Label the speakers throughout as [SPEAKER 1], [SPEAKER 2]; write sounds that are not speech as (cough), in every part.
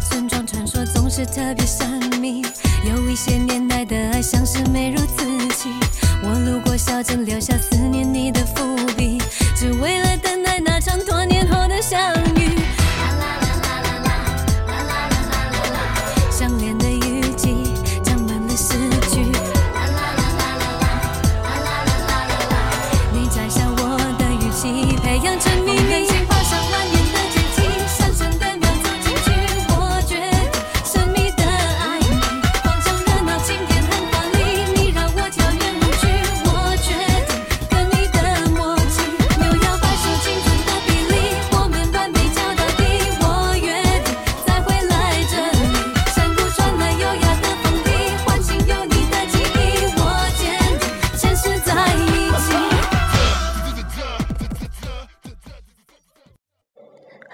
[SPEAKER 1] 村庄传说总是特别神秘，有一些年代的爱像是美如自己。我路过小镇，留下思念你的伏笔，只为了等待那场多年后的相遇。相恋的雨季，长满了诗句。你摘下我的语气，培养成秘密。画上蔓延的天气，深深的描走进去。我决定神秘的爱你，广场热闹，今天很华丽。你让我跳跃舞曲，我决定跟你的默契。扭摇摆手，青春的比例，我们软被脚到底。我约定再回来这里，山谷传来优雅的风笛，唤醒有你的记忆。我坚定，前世在一起。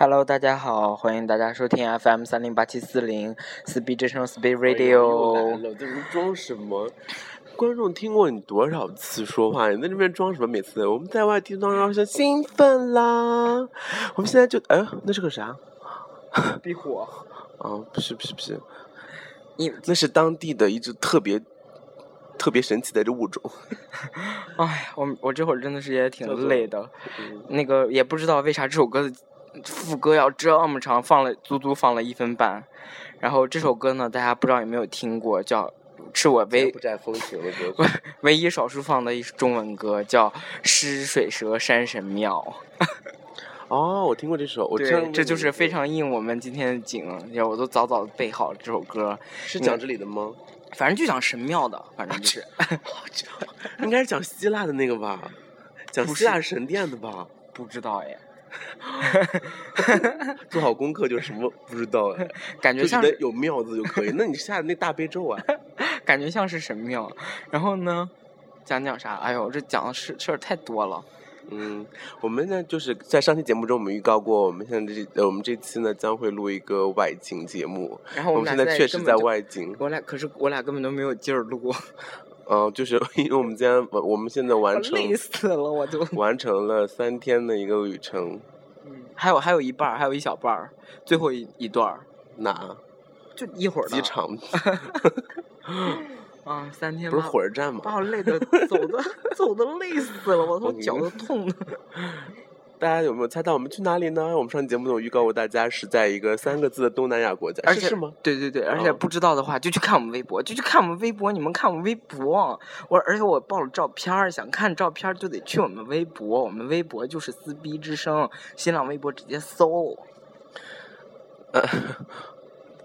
[SPEAKER 2] Hello，大家好，欢迎大家收听 FM 三零八七四零四 B 之声 Speed
[SPEAKER 3] 哎又来
[SPEAKER 2] Radio。
[SPEAKER 3] 了，在这装什么？ (laughs) 观众听过你多少次说话？你在那边装什么？每次我们在外地装装说兴奋啦，我们现在就哎，那是个啥？
[SPEAKER 2] 壁虎，
[SPEAKER 3] (laughs) 哦，不是不是不是，
[SPEAKER 2] 你
[SPEAKER 3] 那是当地的一只特别特别神奇的一只物种。
[SPEAKER 2] 哎，我我这会儿真的是也
[SPEAKER 3] 叫
[SPEAKER 2] 挺
[SPEAKER 3] 做
[SPEAKER 2] 累的，那个也不知道为啥这首歌的副歌要这么长，放了足足放了一分半。然后这首歌呢，大家不知道有没有听过，叫是我唯
[SPEAKER 3] 不占风情的歌
[SPEAKER 2] 我唯一少数放的一首中文歌，叫《湿水蛇山神庙》。
[SPEAKER 3] (laughs) 哦，我听过这首，我知道
[SPEAKER 2] 对，这就是非常应我们今天的景，然后我都早早备好了这首歌，
[SPEAKER 3] 是讲这里的吗？
[SPEAKER 2] 反正就讲神庙的，反正
[SPEAKER 3] 啊
[SPEAKER 2] 就是。
[SPEAKER 3] 应该是讲希腊的那个吧，讲
[SPEAKER 2] 不
[SPEAKER 3] 希腊
[SPEAKER 2] 是
[SPEAKER 3] 神殿的吧。
[SPEAKER 2] 不知道哎，
[SPEAKER 3] 做好功课就是什么不知道哎，
[SPEAKER 2] 感觉
[SPEAKER 3] 就觉
[SPEAKER 2] 像
[SPEAKER 3] 得
[SPEAKER 2] 是
[SPEAKER 3] 有妙字就可以。那你下的那大悲咒
[SPEAKER 2] (laughs)
[SPEAKER 3] 啊，
[SPEAKER 2] 感觉像是神庙。然后呢，讲讲啥？哎呦，这讲的事事儿太多了。
[SPEAKER 3] 嗯，我们呢就是在上期节目中，我们预告过，我们现在这呃，我们这期呢将会录一个外景节目。
[SPEAKER 2] 然后 (laughs)
[SPEAKER 3] 我
[SPEAKER 2] 我
[SPEAKER 3] 们
[SPEAKER 2] 们俩
[SPEAKER 3] 现在确实
[SPEAKER 2] 根
[SPEAKER 3] 在
[SPEAKER 2] 本就。
[SPEAKER 3] 外景，
[SPEAKER 2] 我俩可是我俩根本都没有劲儿录，
[SPEAKER 3] 嗯、就是 (laughs) 因为我们今天完我们现在
[SPEAKER 2] 我
[SPEAKER 3] 完成
[SPEAKER 2] 累死了，我都。
[SPEAKER 3] 完成了三天的一个旅程，
[SPEAKER 2] 还有还有一半儿，还有一小半儿，最后一一段儿，
[SPEAKER 3] 哪
[SPEAKER 2] 就一会儿的
[SPEAKER 3] 机场
[SPEAKER 2] 啊，三天
[SPEAKER 3] 不是
[SPEAKER 2] 吧
[SPEAKER 3] 火车站
[SPEAKER 2] 把
[SPEAKER 3] 吗？
[SPEAKER 2] 我 (laughs) 累的走的走的累死了，我
[SPEAKER 3] 我
[SPEAKER 2] 从
[SPEAKER 3] 明
[SPEAKER 2] 脚
[SPEAKER 3] 白
[SPEAKER 2] 都痛了。
[SPEAKER 3] 大家有没有猜到我们去哪里呢？我们上期节目中有预告过，大家是在一个三个字的东南亚国家，
[SPEAKER 2] 而
[SPEAKER 3] 是
[SPEAKER 2] 且
[SPEAKER 3] 是吗？
[SPEAKER 2] 对对对，而且
[SPEAKER 3] 啊
[SPEAKER 2] 不知道的话就去看我们微博，就去看我们微博，你们看我们微博。我而且我报了照片儿，想看照片儿就得去我们微博，我们微博就是撕逼之声，新浪微博直接搜。
[SPEAKER 3] (laughs)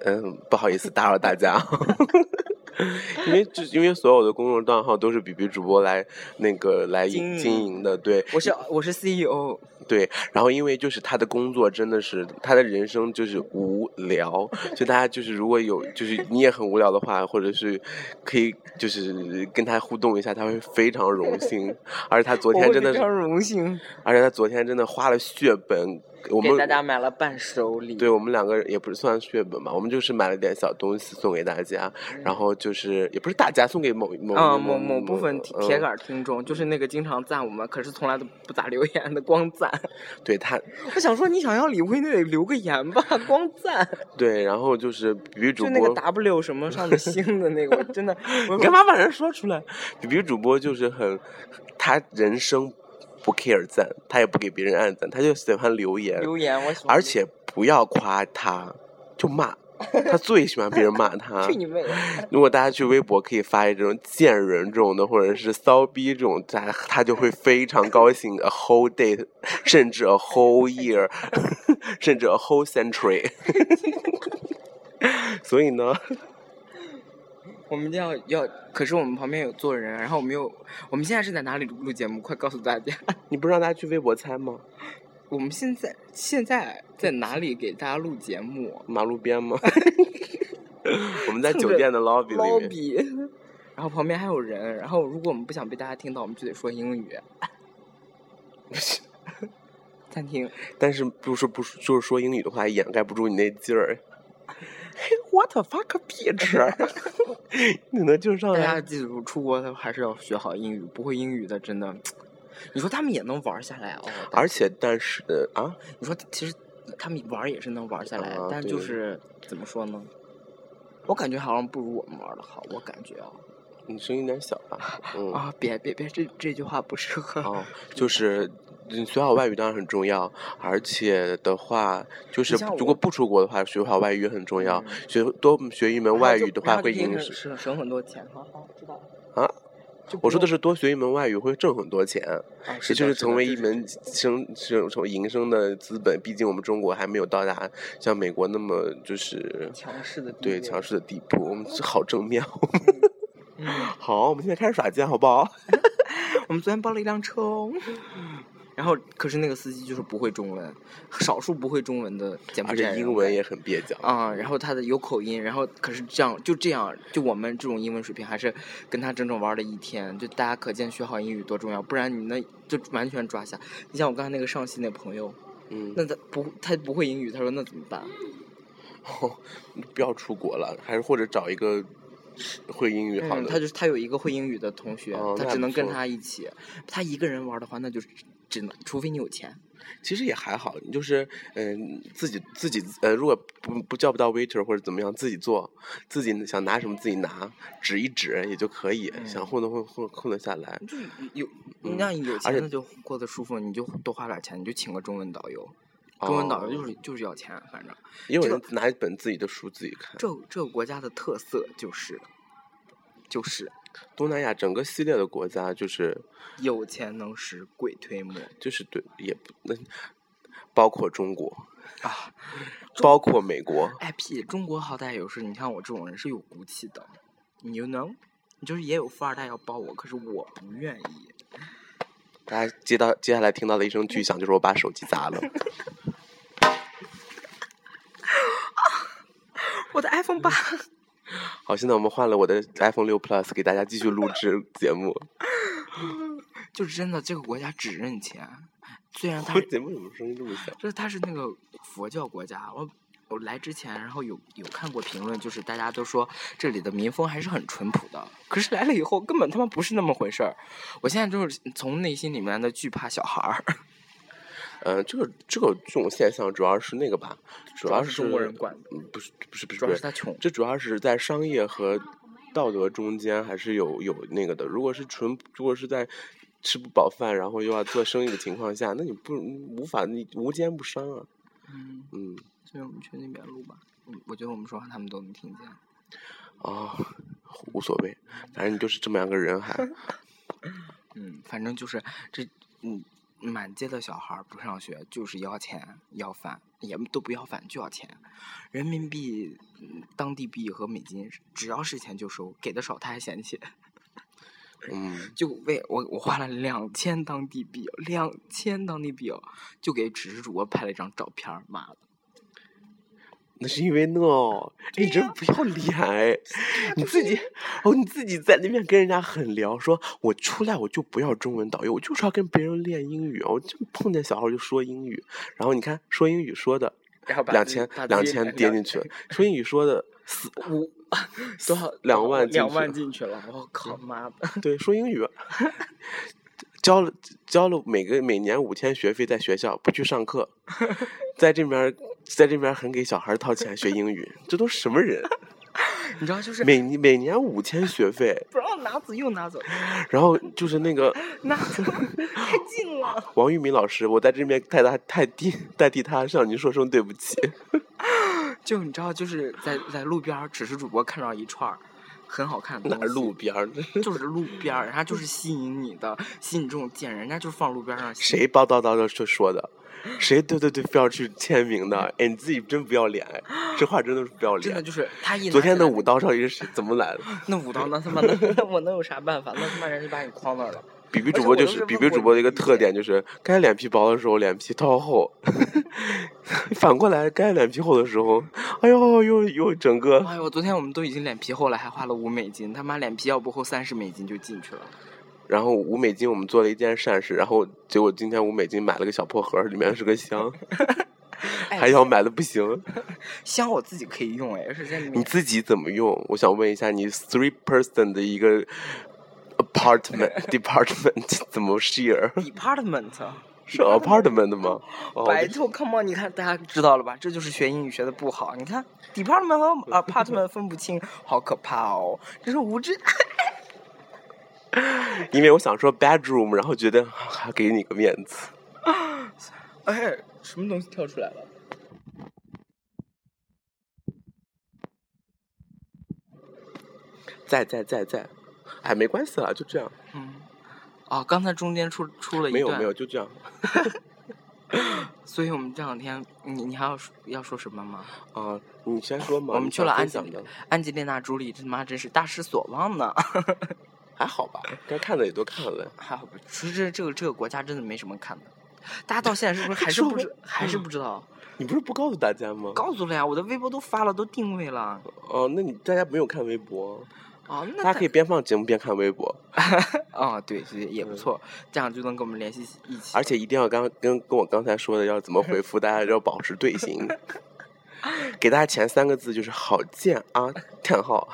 [SPEAKER 3] 嗯，不好意思打扰大家， (laughs) 因为这因为所有的公众账号都是比比主播来那个来
[SPEAKER 2] 经营
[SPEAKER 3] 经营的，对
[SPEAKER 2] 我是我是 E CEO，
[SPEAKER 3] 对。然后因为就是他的工作真的是他的人生就是无聊，所以大家就是如果有就是你也很无聊的话，或者是可以就是跟他互动一下，他会非常荣幸。而且他昨
[SPEAKER 2] 我
[SPEAKER 3] 天
[SPEAKER 2] 会
[SPEAKER 3] 真的
[SPEAKER 2] 非
[SPEAKER 3] 是，
[SPEAKER 2] 常荣幸
[SPEAKER 3] 而且他昨天真的花了血本，我
[SPEAKER 2] 给
[SPEAKER 3] 们
[SPEAKER 2] 大家买了伴手礼。
[SPEAKER 3] 对我们两个也不是算血本嘛，我们就是买了点小东西送给大家，然后就是也不是大家送给某啊某
[SPEAKER 2] 嗯，某某部分铁铁、
[SPEAKER 3] 嗯
[SPEAKER 2] 杆听众，就是那个经常赞我们，可是从来都不咋留言的，光赞。
[SPEAKER 3] 对他
[SPEAKER 2] 我想说，你想要理会，那得留个言吧，光赞。
[SPEAKER 3] 对，然后就是比比主
[SPEAKER 2] 就
[SPEAKER 3] 播，
[SPEAKER 2] 那个 W 什么上的星的那个，我真的，我
[SPEAKER 3] 你 (laughs) 干嘛把人说出来？比比主播就是很，他人生不 care 赞，他也不给别人按赞，他就喜欢留言，
[SPEAKER 2] 留言？我喜欢
[SPEAKER 3] 而且不要夸他，就 (laughs) 骂，他最喜欢别人骂他。
[SPEAKER 2] 去你妹！
[SPEAKER 3] 如果大家去微博可以发一这种贱人这种的，或者是骚逼这种，他他就会非常高兴，a whole day，甚至 a whole year，甚至 a whole century。所以呢，
[SPEAKER 2] (laughs) 我们要要，可是我们旁边有坐人，啊然后我们又，我们现在是在哪里录录节目？快告诉大家， (laughs)
[SPEAKER 3] 你不是让大家去微博猜吗？
[SPEAKER 2] 我们现在现在在哪里给大家录节目
[SPEAKER 3] 马路边吗？ (laughs) 我们在
[SPEAKER 2] 蹭
[SPEAKER 3] 酒
[SPEAKER 2] 着
[SPEAKER 3] 店的 lobby 里面。
[SPEAKER 2] ？lobby，然 (laughs) 后旁边还有人，然后如果我们不想被大家听到，我们就得说英语。 (laughs) 暂停。
[SPEAKER 3] 但是不是不是就是说英语的话，掩盖不住你那劲儿。 (laughs) 嘿，what the fuck bitch！你能就上
[SPEAKER 2] 大
[SPEAKER 3] 来
[SPEAKER 2] 家？记住，出国的还是要学好英语，不会英语的真的，你说他们也能玩儿下来哦。但
[SPEAKER 3] 而且但是呃啊，
[SPEAKER 2] 你说其实他们玩儿也是能玩儿下来，
[SPEAKER 3] 啊
[SPEAKER 2] 但就
[SPEAKER 3] 对
[SPEAKER 2] 是怎么说呢？我感觉好像不如我们玩儿的好，我感觉啊
[SPEAKER 3] 你声音有点小吧？嗯。
[SPEAKER 2] 啊！别别别，这这句话不适合。
[SPEAKER 3] 哦，就是嗯学好外语当然很重要，而且的话，就是
[SPEAKER 2] 像
[SPEAKER 3] 如
[SPEAKER 2] 我
[SPEAKER 3] 果不出国的话，学好外语也很重要。
[SPEAKER 2] 嗯
[SPEAKER 3] 学多学一门
[SPEAKER 2] 然后
[SPEAKER 3] 外
[SPEAKER 2] 就
[SPEAKER 3] 语的
[SPEAKER 2] 然
[SPEAKER 3] 话，
[SPEAKER 2] 后
[SPEAKER 3] 会
[SPEAKER 2] 啊就变
[SPEAKER 3] 影
[SPEAKER 2] 成
[SPEAKER 3] 响
[SPEAKER 2] 省省很多钱。好好，知道了。
[SPEAKER 3] 啊。
[SPEAKER 2] 就不
[SPEAKER 3] 我说的
[SPEAKER 2] 用，
[SPEAKER 3] 是多学一门外语会挣很多钱，
[SPEAKER 2] 啊
[SPEAKER 3] 也
[SPEAKER 2] 的
[SPEAKER 3] 就是
[SPEAKER 2] 的
[SPEAKER 3] 成为一
[SPEAKER 2] 这
[SPEAKER 3] 门生生从营生的资本。毕竟我们中国还没有到达像美国那么就是
[SPEAKER 2] 强势的地
[SPEAKER 3] 对
[SPEAKER 2] 位
[SPEAKER 3] 强势的地步。我们好正面哦。
[SPEAKER 2] 嗯
[SPEAKER 3] 好，我们现在开始耍剑好不好？
[SPEAKER 2] 我们昨天包了一辆车哦。然后，可是那个司机就是不会中文，少数不会中文的柬埔
[SPEAKER 3] 而
[SPEAKER 2] 寨
[SPEAKER 3] 且
[SPEAKER 2] 人
[SPEAKER 3] 英文也很蹩脚。
[SPEAKER 2] 啊、然后他的有口音，然后可是这样就这样，就我们这种英文水平还是跟他整整玩了一天，就大家可见学好英语多重要，不然你那就完全抓瞎。你像我刚才那个上戏那朋友，
[SPEAKER 3] 嗯，
[SPEAKER 2] 那他不他不会英语，他说那怎么办？
[SPEAKER 3] 不要出国了，还是或者找一个会英语好
[SPEAKER 2] 嗯，
[SPEAKER 3] 的。
[SPEAKER 2] 他就是他有一个会英语的同学，
[SPEAKER 3] 哦
[SPEAKER 2] 他
[SPEAKER 3] 那
[SPEAKER 2] 只
[SPEAKER 3] 不
[SPEAKER 2] 能跟
[SPEAKER 3] 错
[SPEAKER 2] 他一起，他一个人玩的话，那就是只能除非你有钱。
[SPEAKER 3] 其实也还好，你就是嗯、自己自己呃，如果不不叫不到 waiter 或者怎么样，自己做，自己想拿什么自己拿，指一指也就可以，
[SPEAKER 2] 嗯
[SPEAKER 3] 想混得混混混得下来。
[SPEAKER 2] 就有，
[SPEAKER 3] 嗯
[SPEAKER 2] 那你有
[SPEAKER 3] 而且
[SPEAKER 2] 钱了就过得舒服，你就多花点钱，你就请个中文导游。
[SPEAKER 3] 哦
[SPEAKER 2] 中文导游就是、就是要钱，反正
[SPEAKER 3] 也有
[SPEAKER 2] 这
[SPEAKER 3] 人拿一本自己的书自己看。
[SPEAKER 2] 这这个国家的特色就是就是
[SPEAKER 3] 东南亚整个系列的国家就是
[SPEAKER 2] 有钱能使鬼推磨
[SPEAKER 3] 就是对，也不那包括中国，
[SPEAKER 2] 啊！
[SPEAKER 3] 包括美国。
[SPEAKER 2] 哎屁，中国好歹有时你看我这种人是有骨气的，你又能，你就是也有富二代要包我，可是我不愿意。
[SPEAKER 3] 大家接到接下来听到的一声巨响，就是我把手机砸了。
[SPEAKER 2] 我的 iPhone 八，
[SPEAKER 3] 好，现在我们换了我的 iPhone 六 Plus，给大家继续录制 (laughs) 节目。
[SPEAKER 2] 嗯就是真的这个国家只认钱，虽然 (laughs) 它
[SPEAKER 3] 我
[SPEAKER 2] 是
[SPEAKER 3] 节目怎么声音这么小？
[SPEAKER 2] 就是它是那个佛教国家，我我来之前，然后有有看过评论，就是大家都说这里的民风还是很淳朴的，可是来了以后根本他妈不是那么回事儿。我现在就是从内心里面的惧怕小孩儿，
[SPEAKER 3] 呃，这个这个这种现象主要是那个吧，主
[SPEAKER 2] 主要
[SPEAKER 3] 要
[SPEAKER 2] 是中国人 (laughs) 管的
[SPEAKER 3] 嗯不是不是不是，
[SPEAKER 2] 主要
[SPEAKER 3] 不
[SPEAKER 2] 是他穷。
[SPEAKER 3] 这主要是在商业和道德中间还是有有那个的。如果是纯，如果是在吃不饱饭，然后又要做生意的情况下，那你不无法你无奸不商啊。
[SPEAKER 2] 嗯，
[SPEAKER 3] 嗯
[SPEAKER 2] 所以我们去那边录吧。嗯，我觉得我们说话他们都能听见。
[SPEAKER 3] 啊、无所谓，反正你就是这么样个
[SPEAKER 2] (laughs)
[SPEAKER 3] 人还
[SPEAKER 2] 嗯，反正就是这，嗯，满街的小孩儿不上学就是要钱要饭，也都不要饭就要钱，人民币、嗯当地币和美金，只要是钱就收，给的少他还嫌弃。
[SPEAKER 3] 嗯
[SPEAKER 2] 就为我我花了两千当地币，哦两千当地币哦，就给只是主播拍了一张照片儿，妈的，
[SPEAKER 3] 那是因为孬，你真不
[SPEAKER 2] (laughs)
[SPEAKER 3] 要脸哎！
[SPEAKER 2] 啊
[SPEAKER 3] 你自己哦，你自己在那边跟人家很聊，说我出来我就不要中文导游，我就是要跟别人练英语，哦我就碰见小孩就说英语，然后你看说英语说的
[SPEAKER 2] 然后把
[SPEAKER 3] 两
[SPEAKER 2] 自己
[SPEAKER 3] 千
[SPEAKER 2] 把自
[SPEAKER 3] 两
[SPEAKER 2] 己
[SPEAKER 3] 千跌进
[SPEAKER 2] (laughs)
[SPEAKER 3] 去了，说英语说的四
[SPEAKER 2] 五多少
[SPEAKER 3] (laughs) 两万进
[SPEAKER 2] 两
[SPEAKER 3] 去
[SPEAKER 2] 万
[SPEAKER 3] 了
[SPEAKER 2] 进去了，我靠妈的！
[SPEAKER 3] 对说英语，交了交了每个每年五千学费在学校不去上
[SPEAKER 2] (laughs)
[SPEAKER 3] 课，在这边在这边很给小孩掏钱学英语，这都什
[SPEAKER 2] (laughs)
[SPEAKER 3] 么人？嗯
[SPEAKER 2] 你知道就是
[SPEAKER 3] 每每年五千学费，
[SPEAKER 2] 不让拿走又拿走，
[SPEAKER 3] 然后就是那个
[SPEAKER 2] 拿走 (laughs) 太近了。
[SPEAKER 3] 王玉敏老师，我在这边代他代替代替他向您说声对
[SPEAKER 2] (laughs)
[SPEAKER 3] 不起。
[SPEAKER 2] 就你知道就是在在路边儿，只是主播看到一串儿很好看的
[SPEAKER 3] 哪
[SPEAKER 2] 东
[SPEAKER 3] 儿
[SPEAKER 2] 西
[SPEAKER 3] 路边儿？
[SPEAKER 2] 就是路边儿，人家就是吸引你的，吸引你这种贱人，人家就放路边儿上吸引
[SPEAKER 3] (laughs) 谁叨叨叨的说说的？谁对对对非要去签名的？哎，你自己真不要脸！哎这话真的是不要
[SPEAKER 2] 真的
[SPEAKER 3] 脸。
[SPEAKER 2] 就是他一
[SPEAKER 3] 昨
[SPEAKER 2] 拿起
[SPEAKER 3] 天的
[SPEAKER 2] 来
[SPEAKER 3] 舞刀到底是怎么来的？
[SPEAKER 2] 那舞蹈那他妈的，那我能有啥办法？那他妈人就把你框那儿了。
[SPEAKER 3] 比比
[SPEAKER 2] 而且
[SPEAKER 3] 主播
[SPEAKER 2] 我
[SPEAKER 3] 就
[SPEAKER 2] 都
[SPEAKER 3] 是
[SPEAKER 2] 是
[SPEAKER 3] 比
[SPEAKER 2] 问
[SPEAKER 3] 比
[SPEAKER 2] 过
[SPEAKER 3] 主播的一个
[SPEAKER 2] 你
[SPEAKER 3] 特点就是，该脸皮薄的时候脸皮超厚， (laughs) 反过来该脸皮厚的时候，哎呦又又整个
[SPEAKER 2] 哎呦，昨天我们都已经脸皮厚了，还花了五美金，他妈脸皮要不厚三十美金就进去了。
[SPEAKER 3] 然后五美金我们做了一件善事，然后结果今天五美金买了个小破盒，里面是个
[SPEAKER 2] (laughs)
[SPEAKER 3] 香，
[SPEAKER 2] 哎
[SPEAKER 3] 还要买的不行，
[SPEAKER 2] 香我自己可以用哎，是在
[SPEAKER 3] 你
[SPEAKER 2] 免
[SPEAKER 3] 自己怎么用？我想问一下，你 three person 的
[SPEAKER 2] (laughs)
[SPEAKER 3] 一个 apartment department 怎么 share？
[SPEAKER 2] department 啊
[SPEAKER 3] 是 apartment 吗？哦，
[SPEAKER 2] 白就 come on，你看大家知道了吧？这就是学英语学的不好。你看 department 和 (laughs) apartment 分不清，好可怕哦！真是无知。 (laughs)
[SPEAKER 3] 因为我想说 bedroom，然后觉得还给你个面子。
[SPEAKER 2] 哎，什么东西跳出来了？
[SPEAKER 3] 在在在在，哎，没关系啦，就这样，
[SPEAKER 2] 嗯，啊，刚才中间出出了一
[SPEAKER 3] 没有
[SPEAKER 2] 段，
[SPEAKER 3] 没有，就这样。
[SPEAKER 2] 所以我们这两天，你你还要说要说什么吗？
[SPEAKER 3] 啊，你先说嘛。
[SPEAKER 2] 我们
[SPEAKER 3] 你
[SPEAKER 2] 去
[SPEAKER 3] 想
[SPEAKER 2] 了
[SPEAKER 3] 分
[SPEAKER 2] 安吉
[SPEAKER 3] 享的，
[SPEAKER 2] 安吉丽娜·朱莉，这他妈真是大失所望呢。 (laughs)
[SPEAKER 3] 还好吧？该看的也都看了。
[SPEAKER 2] 还好吧，其实这这个这个国家真的没什么看的。大家到现在是不是还是
[SPEAKER 3] 说
[SPEAKER 2] 不 (laughs) 嗯
[SPEAKER 3] 吧
[SPEAKER 2] 知还是不知道？
[SPEAKER 3] 你不是不告诉大家吗？
[SPEAKER 2] 告诉了呀，我的微博都发了，都定位了。
[SPEAKER 3] 哦，那你大家没有看微博，
[SPEAKER 2] (laughs) 哦，那
[SPEAKER 3] 大家可以边放节目边看微博，
[SPEAKER 2] 啊、对，对，也不错，这样就能跟我们联系一起。
[SPEAKER 3] 嗯而且一定要刚跟跟我刚才说的要怎么回复，大家要保持队
[SPEAKER 2] (laughs)
[SPEAKER 3] 形。给大家前三个字就是“好贱啊”，叹号，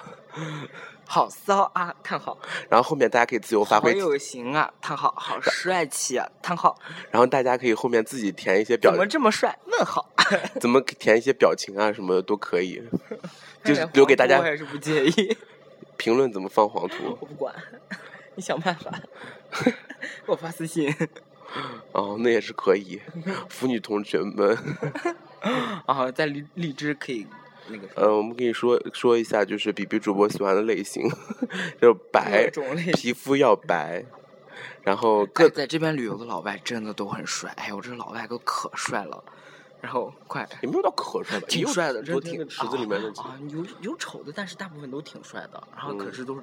[SPEAKER 2] 好骚啊！叹号，
[SPEAKER 3] 然后后面大家可以自由发
[SPEAKER 2] 好
[SPEAKER 3] 挥，
[SPEAKER 2] 有型啊！叹号，好帅气啊！叹号，
[SPEAKER 3] 然后大家可以后面自己填一些表
[SPEAKER 2] 怎，么这么帅？问号，
[SPEAKER 3] 怎么填一些表情啊什么的都可
[SPEAKER 2] (laughs)
[SPEAKER 3] 以，就是
[SPEAKER 2] 哎
[SPEAKER 3] 留给大
[SPEAKER 2] 黄
[SPEAKER 3] 家
[SPEAKER 2] 渤我也是不介意，
[SPEAKER 3] 评论怎么放黄图。
[SPEAKER 2] 我不管，你想办
[SPEAKER 3] (laughs)
[SPEAKER 2] 法。我发私信
[SPEAKER 3] 哦，那也是可以，
[SPEAKER 2] (laughs)
[SPEAKER 3] 腐女同学们。
[SPEAKER 2] 啊，在荔荔枝可以那个什哎么
[SPEAKER 3] 呃，我们可以说说一下，就是比比主播喜欢的类型，就是白
[SPEAKER 2] 各，种类哎
[SPEAKER 3] 皮肤要白，然后
[SPEAKER 2] 各
[SPEAKER 3] 各
[SPEAKER 2] 在这边旅游的老外真的都很帅，哎呦，这老外都可帅了。然后快，
[SPEAKER 3] 也没有到可帅吧，也
[SPEAKER 2] 挺
[SPEAKER 3] 有
[SPEAKER 2] 帅的，真
[SPEAKER 3] 昨天
[SPEAKER 2] 挺
[SPEAKER 3] 那池子里面的。
[SPEAKER 2] 啊啊，有有丑的，但是大部分都挺帅的。然后可
[SPEAKER 3] 嗯
[SPEAKER 2] 是都是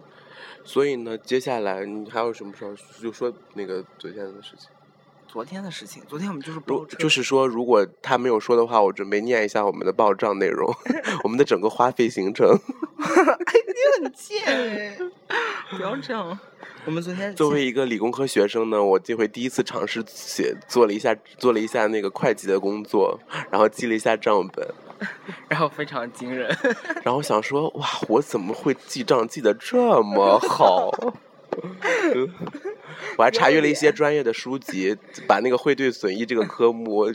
[SPEAKER 3] 所以呢，接下来你还有什么事儿？就说那个昨天的事情。
[SPEAKER 2] 昨天的事情，昨天我们就是包
[SPEAKER 3] 如
[SPEAKER 2] 车，
[SPEAKER 3] 就是说，如果他没有说的话，我准备念一下我们的报账内
[SPEAKER 2] (laughs)
[SPEAKER 3] 容，我们的整个花费行程。
[SPEAKER 2] 你哎很贱哎，不要这样。我们昨天
[SPEAKER 3] 作
[SPEAKER 2] 先
[SPEAKER 3] 为一个理工科学生呢，我这回第一次尝试写，做了一下做了一下那个会计的工作，然后记了一下账本。
[SPEAKER 2] 然后非常惊人，
[SPEAKER 3] 然后想说，哇，我怎么会记账记得这么好？ (laughs) 我还查阅了一些专业的书籍，把那个汇兑损益这个科目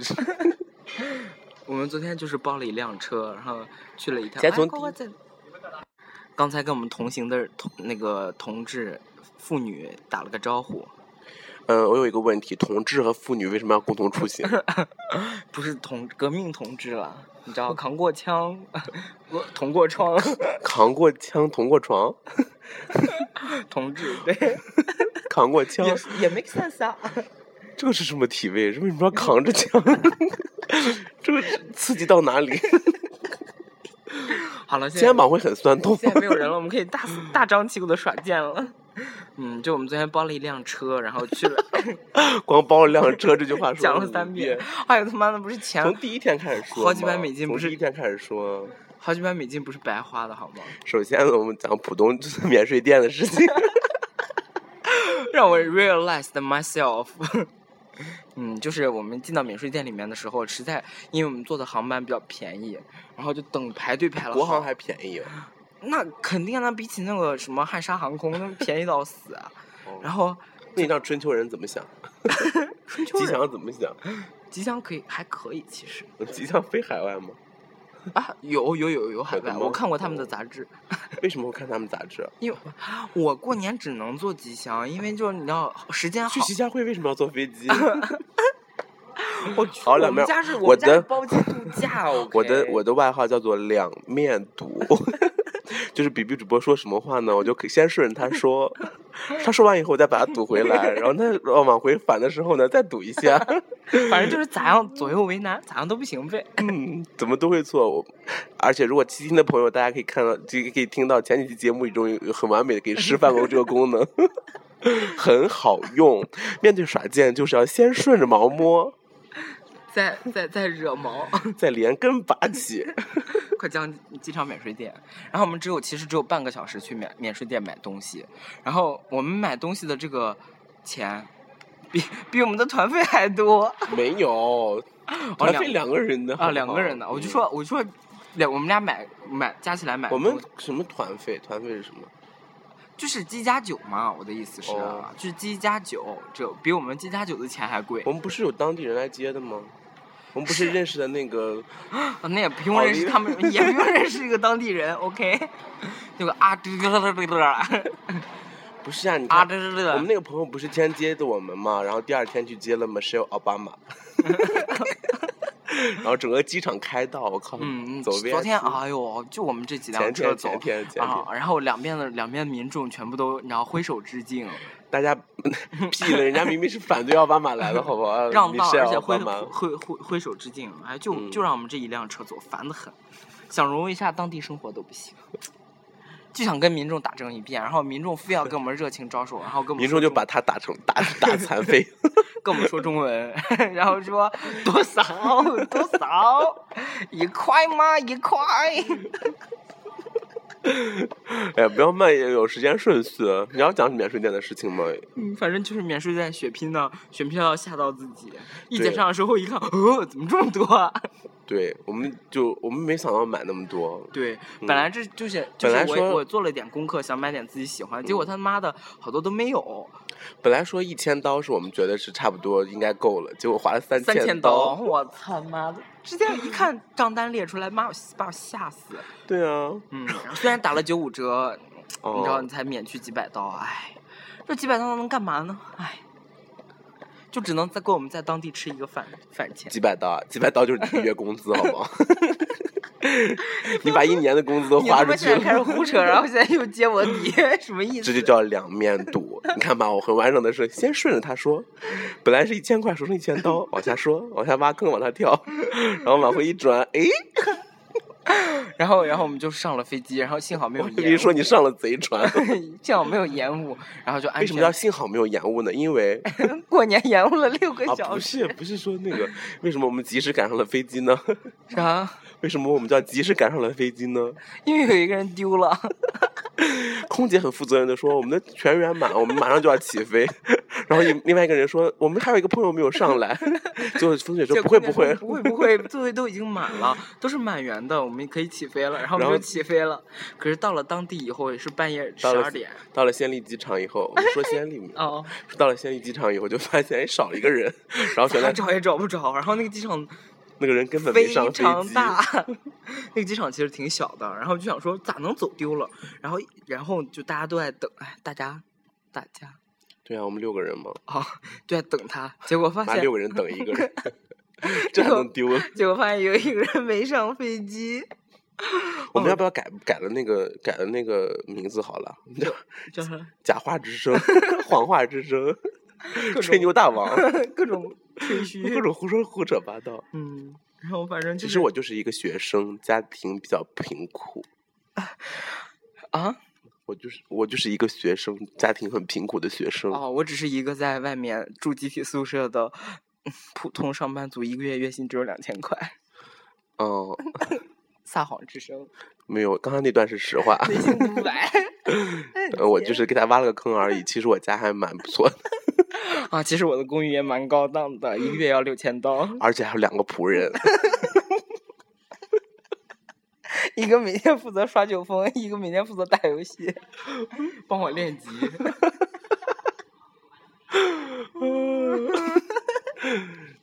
[SPEAKER 3] (laughs)
[SPEAKER 2] 我们昨天就是包了一辆车，然后去了一趟。
[SPEAKER 3] 先从
[SPEAKER 2] 哎乖乖在刚才跟我们同行的同那个同志妇女打了个招呼，
[SPEAKER 3] 嗯，我有一个问题，同志和妇女为什么要共同出行？ (laughs)
[SPEAKER 2] 不是同革命同志了，你知道
[SPEAKER 3] (laughs)
[SPEAKER 2] 扛过枪，过捅过窗， (laughs)
[SPEAKER 3] 扛过枪，同过床，
[SPEAKER 2] 同志对，
[SPEAKER 3] 扛过枪，
[SPEAKER 2] 也也 make sense
[SPEAKER 3] (laughs)
[SPEAKER 2] 啊。
[SPEAKER 3] 这是什么体位？为什么要扛着枪？ (laughs) 这个是刺激到哪里？
[SPEAKER 2] 好了，现在
[SPEAKER 3] 肩膀会很酸痛。
[SPEAKER 2] 现在没有人了，我们可以大肆大张旗鼓的耍贱了。嗯，就我们昨天包了一辆车，然后去了，
[SPEAKER 3] 光包了辆车这句话
[SPEAKER 2] (laughs)
[SPEAKER 3] 说
[SPEAKER 2] 讲了
[SPEAKER 3] 五
[SPEAKER 2] 三遍
[SPEAKER 3] 遍。。
[SPEAKER 2] 哎呦他妈的，不是钱
[SPEAKER 3] 从，第一天开始说嘛，
[SPEAKER 2] 好几百美金不
[SPEAKER 3] 从
[SPEAKER 2] 是
[SPEAKER 3] 第一天开始说。
[SPEAKER 2] 好几百美金不是白花的好吗？
[SPEAKER 3] 首先，我们讲浦东免税店的事情。
[SPEAKER 2] 让我 realized myself 。 (laughs) 嗯，就是我们进到免税店里面的时候，实在因为我们坐的航班比较便宜，然后就等排队排了好。
[SPEAKER 3] 国航还便宜 (laughs) 啊，
[SPEAKER 2] 那肯定啊，那比起那个什么汉莎航空，那便宜到死啊。然后
[SPEAKER 3] 那你让春秋人怎
[SPEAKER 2] (laughs)
[SPEAKER 3] 么想？
[SPEAKER 2] 春秋
[SPEAKER 3] 吉
[SPEAKER 2] 人
[SPEAKER 3] 祥怎么想？
[SPEAKER 2] 吉祥可以还可以，其实
[SPEAKER 3] 吉祥飞海外吗？
[SPEAKER 2] 啊，有有有有海
[SPEAKER 3] 有的
[SPEAKER 2] 外，
[SPEAKER 3] 吗
[SPEAKER 2] 我看过他们的
[SPEAKER 3] 哦
[SPEAKER 2] 杂志。
[SPEAKER 3] 为什么会看他们杂志？啊
[SPEAKER 2] 因为我过年只能做吉祥，因为就是你知道时间好
[SPEAKER 3] 去。吉祥会为什么要坐飞机？
[SPEAKER 2] (laughs) 我去
[SPEAKER 3] 好
[SPEAKER 2] 我
[SPEAKER 3] 两
[SPEAKER 2] 们
[SPEAKER 3] 面
[SPEAKER 2] 家是
[SPEAKER 3] 我
[SPEAKER 2] 们家是
[SPEAKER 3] 的
[SPEAKER 2] 包机度假，
[SPEAKER 3] (laughs) 我的
[SPEAKER 2] OK
[SPEAKER 3] 我的外号叫做两面读， (laughs) 就是比比主播说什么话呢，我就可以先顺着他说， (laughs) 他说完以后我再把它堵回来，然后他呃往回返的时候呢再堵一下。
[SPEAKER 2] 反正就是咋样左右为难，咋样都不行呗。
[SPEAKER 3] 嗯，怎么都会错。我而且如果细心的朋友，大家可以看到，这个可以听到前几期节目中有很完美的给示范过这个功能， (laughs) 很好用。面对耍贱，就是要先顺着毛摸，
[SPEAKER 2] 再再再惹毛， (laughs)
[SPEAKER 3] 再连根拔起。
[SPEAKER 2] 快将机场免税店。然后我们只有其实只有半个小时去免免税店买东西，然后我们买东西的这个钱。比比我们的团费还多
[SPEAKER 3] 没有，团费两嗯个人的
[SPEAKER 2] 哦啊！两个人呢，我就，
[SPEAKER 3] 好
[SPEAKER 2] 说我就说两我们俩买买加起来买
[SPEAKER 3] 不好嗯我
[SPEAKER 2] 多
[SPEAKER 3] 们什么团费？团费是什么？
[SPEAKER 2] 就是鸡加酒嘛，我的意思是，啊
[SPEAKER 3] 哦
[SPEAKER 2] 就是鸡加酒，这比我们鸡加酒的钱还贵
[SPEAKER 3] 我，们不是有当地人来接的吗？我们不是认识的那个
[SPEAKER 2] 啊那也不用
[SPEAKER 3] 好
[SPEAKER 2] 认识
[SPEAKER 3] 离
[SPEAKER 2] 他们，也不用认识一个当地人，OK，那个啊嘚嘚嘚嘚嘚
[SPEAKER 3] 不是啊？你看
[SPEAKER 2] 啊嘚嘚
[SPEAKER 3] 我们
[SPEAKER 2] 嘚，
[SPEAKER 3] 那个朋友不是先接的我们嘛，然后第二天去接了 Michelle Obama，然后整个机场开道，我靠，
[SPEAKER 2] 嗯，
[SPEAKER 3] 走 VIP
[SPEAKER 2] 昨天，哎呦，就我们这几辆
[SPEAKER 3] 前
[SPEAKER 2] 车
[SPEAKER 3] 天
[SPEAKER 2] 走
[SPEAKER 3] 前天前天
[SPEAKER 2] 啊，，然后两边的两边民众全部都然后挥手致敬，
[SPEAKER 3] 大家 (laughs) 屁了，人家明明是反对奥巴马来的，好不好？
[SPEAKER 2] (laughs) 让道，而
[SPEAKER 3] Michelle
[SPEAKER 2] 且挥
[SPEAKER 3] Obama
[SPEAKER 2] 挥挥挥手致敬，哎，就
[SPEAKER 3] 嗯
[SPEAKER 2] 就让我们这一辆车走，烦得很。想融入一下当地生活都不行，就想跟民众打成一片，然后民众非要跟我们热情招手，然后跟我们
[SPEAKER 3] 民
[SPEAKER 2] 说
[SPEAKER 3] 众就
[SPEAKER 2] 中
[SPEAKER 3] 把他打成打打
[SPEAKER 2] (laughs)
[SPEAKER 3] 残废，
[SPEAKER 2] 跟我们说中文， (laughs) 然后说多少多少，一块吗？一块。
[SPEAKER 3] 哎，不要慢，有时间顺序。你要讲免税店的事情吗？
[SPEAKER 2] 嗯，反正就是免税店血拼呢，选票要吓到自己。一
[SPEAKER 3] 对
[SPEAKER 2] 结账的时候一看，哦，怎么这么多、啊？
[SPEAKER 3] 对，我们就我们没想到买那么多，
[SPEAKER 2] 对，
[SPEAKER 3] 嗯
[SPEAKER 2] 本来这就是就是
[SPEAKER 3] 本来
[SPEAKER 2] 我
[SPEAKER 3] 说
[SPEAKER 2] 我做了点功课，想买点自己喜欢的，结果他妈的好多都没有，
[SPEAKER 3] 本来说一千刀是我们觉得是差不多应该够了，结果花了三
[SPEAKER 2] 三千
[SPEAKER 3] 千
[SPEAKER 2] 刀，。我操妈的！直接一看账单列出来，妈我把我吓死。
[SPEAKER 3] 对啊，
[SPEAKER 2] 嗯，然后虽然打了九五折，
[SPEAKER 3] 哦、
[SPEAKER 2] 你知道你才免去几百刀，哎，这几百刀能干嘛呢？哎，就只能再给我们在当地吃一个饭饭钱。
[SPEAKER 3] 几百刀，啊几百刀就是你一个月工资，好不 (laughs) 好？你把一年的工资都
[SPEAKER 2] 你他
[SPEAKER 3] 花出
[SPEAKER 2] 妈
[SPEAKER 3] 去
[SPEAKER 2] 现在开始
[SPEAKER 3] 了，
[SPEAKER 2] 胡扯，然后现在又揭我底， (laughs) 什么意思？
[SPEAKER 3] 这就叫两面赌。你看吧，我很完整的说，先顺着他说，本来是一千块，说成一千刀，往下说，往下挖坑，往下跳，然后往回一转，哎，
[SPEAKER 2] 然后，然后我们就上了飞机，然后幸好没有
[SPEAKER 3] 我
[SPEAKER 2] 延
[SPEAKER 3] 跟你
[SPEAKER 2] 误，
[SPEAKER 3] 说，你上了贼船。
[SPEAKER 2] 幸好没有延误，然后就安
[SPEAKER 3] 为什么
[SPEAKER 2] 全
[SPEAKER 3] 叫。幸好没有延误呢？
[SPEAKER 2] (laughs)
[SPEAKER 3] 因为
[SPEAKER 2] 哎过年延误了六个
[SPEAKER 3] 啊，
[SPEAKER 2] 小
[SPEAKER 3] 不
[SPEAKER 2] 时，
[SPEAKER 3] 是不是说那个，为什么我们及时赶上了飞机呢？ (laughs)
[SPEAKER 2] 啥？
[SPEAKER 3] 为什么我们叫及时赶上了飞机呢？
[SPEAKER 2] 因为有一个人丢了，
[SPEAKER 3] 空姐很负责任的说，我们的全员满，我们马上就要起飞。 (laughs) 然后另另外一个人说，我们还有一个朋友没有上来。 (laughs) 最后风雪说
[SPEAKER 2] 结
[SPEAKER 3] 不
[SPEAKER 2] 果
[SPEAKER 3] 会
[SPEAKER 2] 空姐
[SPEAKER 3] 不
[SPEAKER 2] 说，
[SPEAKER 3] 会 (laughs)
[SPEAKER 2] 不会不会，座位都已经满了，都是满员的，我们可以起飞了。然后我们
[SPEAKER 3] 然
[SPEAKER 2] 就
[SPEAKER 3] 后
[SPEAKER 2] 起飞了，可是到了当地以后也是半夜十
[SPEAKER 3] 到了
[SPEAKER 2] 二点
[SPEAKER 3] 到了仙丽机场以后，我们说仙丽嘛，
[SPEAKER 2] (laughs) 哦，
[SPEAKER 3] 到了仙丽机场以后就发现哎少了一个人，
[SPEAKER 2] (laughs)
[SPEAKER 3] 然后原
[SPEAKER 2] 咋
[SPEAKER 3] 来
[SPEAKER 2] 找也找不着。然后那个机场
[SPEAKER 3] 那个人根本没
[SPEAKER 2] 非
[SPEAKER 3] 上飞
[SPEAKER 2] 常
[SPEAKER 3] 机。
[SPEAKER 2] 大， (laughs) 那个机场其实挺小的，然后就想说咋能走丢了，然后然后就大家都在等，哎，大家大家
[SPEAKER 3] 对啊，我们六个人嘛，
[SPEAKER 2] 啊就在等他，结果发
[SPEAKER 3] 把
[SPEAKER 2] 现
[SPEAKER 3] 六个人等一
[SPEAKER 2] (laughs)
[SPEAKER 3] 个人，这还能丢了？
[SPEAKER 2] 结果发现有一个人没上飞机，
[SPEAKER 3] 我们要
[SPEAKER 2] 哦
[SPEAKER 3] 不要改改了那个改了那个名字好了？我们叫
[SPEAKER 2] 叫啥？
[SPEAKER 3] 假话之声、谎话之声、
[SPEAKER 2] 各
[SPEAKER 3] 吹
[SPEAKER 2] 种
[SPEAKER 3] 牛大
[SPEAKER 2] (laughs)
[SPEAKER 3] 王，
[SPEAKER 2] 各种吹嘘，
[SPEAKER 3] 各种胡说胡扯八道。
[SPEAKER 2] 嗯，然后反正就
[SPEAKER 3] 其
[SPEAKER 2] 是
[SPEAKER 3] 实我就是一个学生，家庭比较贫苦。
[SPEAKER 2] 啊
[SPEAKER 3] 我就是我就是一个学生，家庭很贫苦的学生。
[SPEAKER 2] 哦，我只是一个在外面住集体宿舍的嗯普通上班族，一个月月薪只有两千块，
[SPEAKER 3] 哦，
[SPEAKER 2] 撒谎之声，
[SPEAKER 3] 没有，刚刚那段是实话。
[SPEAKER 2] 内心独
[SPEAKER 3] (laughs)
[SPEAKER 2] 白。哎
[SPEAKER 3] 呃我就是给他挖了个
[SPEAKER 2] (laughs)
[SPEAKER 3] 坑而已。其实我家还蛮不错的，
[SPEAKER 2] 啊，其实我的公寓也蛮高档的，一个月要六千刀，
[SPEAKER 3] 而且还有两个仆人。 (laughs)
[SPEAKER 2] 一个每天负责刷酒疯，一个每天负责打游戏，帮我练级。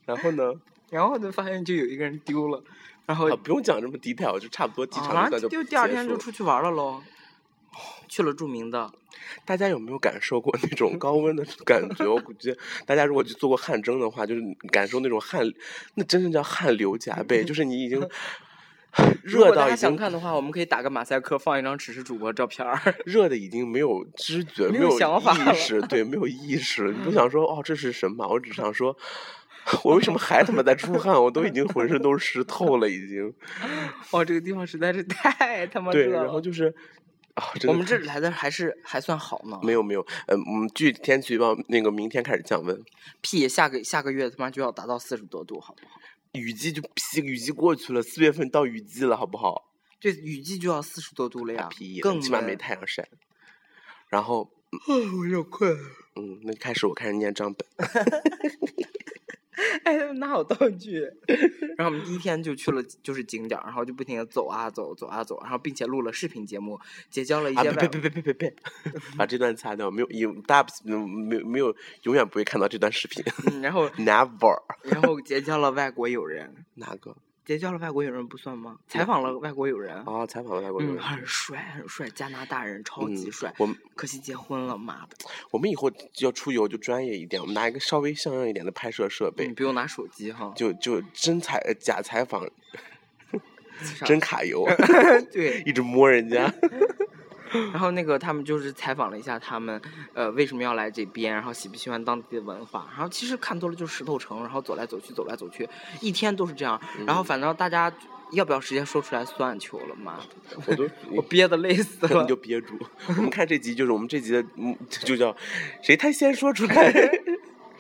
[SPEAKER 3] 然后
[SPEAKER 2] (laughs)
[SPEAKER 3] 呢？
[SPEAKER 2] 然后就发现就有一个人丢了，然后
[SPEAKER 3] 啊，不用讲这么 detail，就差不多机场
[SPEAKER 2] 啊
[SPEAKER 3] 那段就
[SPEAKER 2] 就第二
[SPEAKER 3] 结
[SPEAKER 2] 天
[SPEAKER 3] 束
[SPEAKER 2] 就出去玩了喽，去了著名的
[SPEAKER 3] 大家有没有感受过那种高温
[SPEAKER 2] (laughs)
[SPEAKER 3] 的感觉？我估计大家如果去做过汗蒸的话，就是感受那种汗，那真的叫汗流浃背，就是你已经
[SPEAKER 2] (laughs) 如
[SPEAKER 3] 热
[SPEAKER 2] 果大
[SPEAKER 3] 到
[SPEAKER 2] 家
[SPEAKER 3] 已
[SPEAKER 2] 想
[SPEAKER 3] 经
[SPEAKER 2] 看的话，我们可以打个马赛克，放一张只是主播照片儿。
[SPEAKER 3] 热的已经没有知觉，
[SPEAKER 2] 没
[SPEAKER 3] 没
[SPEAKER 2] 有
[SPEAKER 3] 有
[SPEAKER 2] 想法了嗯
[SPEAKER 3] 意识，对，没有意识了。你不想说哦，这是什么？我只想说， (laughs) 我为什么还他妈在出汗？我都已经浑身都是湿透了，
[SPEAKER 2] (laughs)
[SPEAKER 3] 已经。
[SPEAKER 2] 哇，这个地方实在是太他妈
[SPEAKER 3] 对，
[SPEAKER 2] 热
[SPEAKER 3] 然后
[SPEAKER 2] 了。
[SPEAKER 3] 就是啊，真的
[SPEAKER 2] 我们这来的还是还算好呢，
[SPEAKER 3] 没有没有，呃，我们据天气预报，那个明天开始降温。
[SPEAKER 2] 屁下个下个月他妈就要达到四十多度，好不好？
[SPEAKER 3] 雨季就屁，雨季过去了，四月份到雨季了，好不好？
[SPEAKER 2] 对，雨季就要四十多度了呀，
[SPEAKER 3] 屁，
[SPEAKER 2] 更
[SPEAKER 3] 起码没
[SPEAKER 2] 闷
[SPEAKER 3] 太阳晒。然后，
[SPEAKER 2] 我有点困。 (laughs)
[SPEAKER 3] 嗯，那开始我开始念账本。
[SPEAKER 2] 哎，他们哪有道具？ (laughs) 然后我们第一天就去了，就是景点儿，然后就不停的走啊走，走啊走，然后并且录了视频节目，结交了一
[SPEAKER 3] 啊！
[SPEAKER 2] 些
[SPEAKER 3] 别
[SPEAKER 2] 外
[SPEAKER 3] 别别别别别别，把这段擦掉，没有，有大家没有没有没有，永远不会看到这段视频
[SPEAKER 2] 嗯，然后
[SPEAKER 3] ，never。
[SPEAKER 2] 然后结交了外国友人，
[SPEAKER 3] 哪个？
[SPEAKER 2] 结交了外国友人不算吗？采访了外国友人，
[SPEAKER 3] 哦，采访了外国人
[SPEAKER 2] 嗯，。很帅很帅，加拿大人超级
[SPEAKER 3] 嗯
[SPEAKER 2] 帅，
[SPEAKER 3] 我们
[SPEAKER 2] 可惜结婚了，妈的，
[SPEAKER 3] 我们以后要出游就专业一点，我们拿一个稍微像样一点的拍摄设备，
[SPEAKER 2] 你不用拿手机哈，
[SPEAKER 3] 就就真采呃假采访，
[SPEAKER 2] 啥
[SPEAKER 3] 真卡油，
[SPEAKER 2] (laughs) 对，
[SPEAKER 3] (laughs) 一直摸人家。
[SPEAKER 2] 然后那个他们就是采访了一下他们，呃，为什么要来这边，然后喜不喜欢当地的文化，然后其实看多了就是石头城，然后走来走去，走来走去，一天都是这样，
[SPEAKER 3] 嗯
[SPEAKER 2] 然后反正大家要不要直接说出来算球了嘛？
[SPEAKER 3] (laughs) 我都
[SPEAKER 2] 我憋得累死
[SPEAKER 3] (laughs) 可能
[SPEAKER 2] 了
[SPEAKER 3] 就。憋 (laughs) 住。我们看这集就是我们这集的，嗯，就叫谁他先说出 (laughs) 来。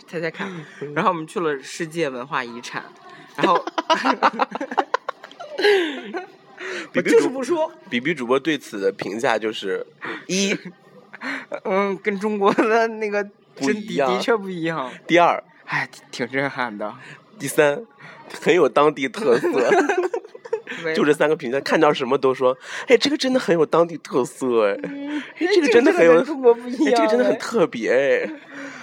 [SPEAKER 2] 猜猜
[SPEAKER 3] (laughs)
[SPEAKER 2] 看，然后我们去了世界文化遗产，然后我
[SPEAKER 3] (laughs) 比比
[SPEAKER 2] 就是
[SPEAKER 3] 主
[SPEAKER 2] 不说，
[SPEAKER 3] 比比主播对此的评价就是：一、
[SPEAKER 2] 嗯，跟中国的那个
[SPEAKER 3] 不
[SPEAKER 2] 真
[SPEAKER 3] 一
[SPEAKER 2] 的
[SPEAKER 3] 样
[SPEAKER 2] 的确不一样，
[SPEAKER 3] 第二、
[SPEAKER 2] 哎，挺挺震撼
[SPEAKER 3] (laughs)
[SPEAKER 2] 的，
[SPEAKER 3] 第三，很有当地特色。就这三个评价，看到什么都说，哎，这个真的很有当地特色，哎，
[SPEAKER 2] 嗯
[SPEAKER 3] 哎，这个真的很有，
[SPEAKER 2] 跟中国不一
[SPEAKER 3] 哎，
[SPEAKER 2] 样，
[SPEAKER 3] 这个真的很
[SPEAKER 2] 哎
[SPEAKER 3] 特别，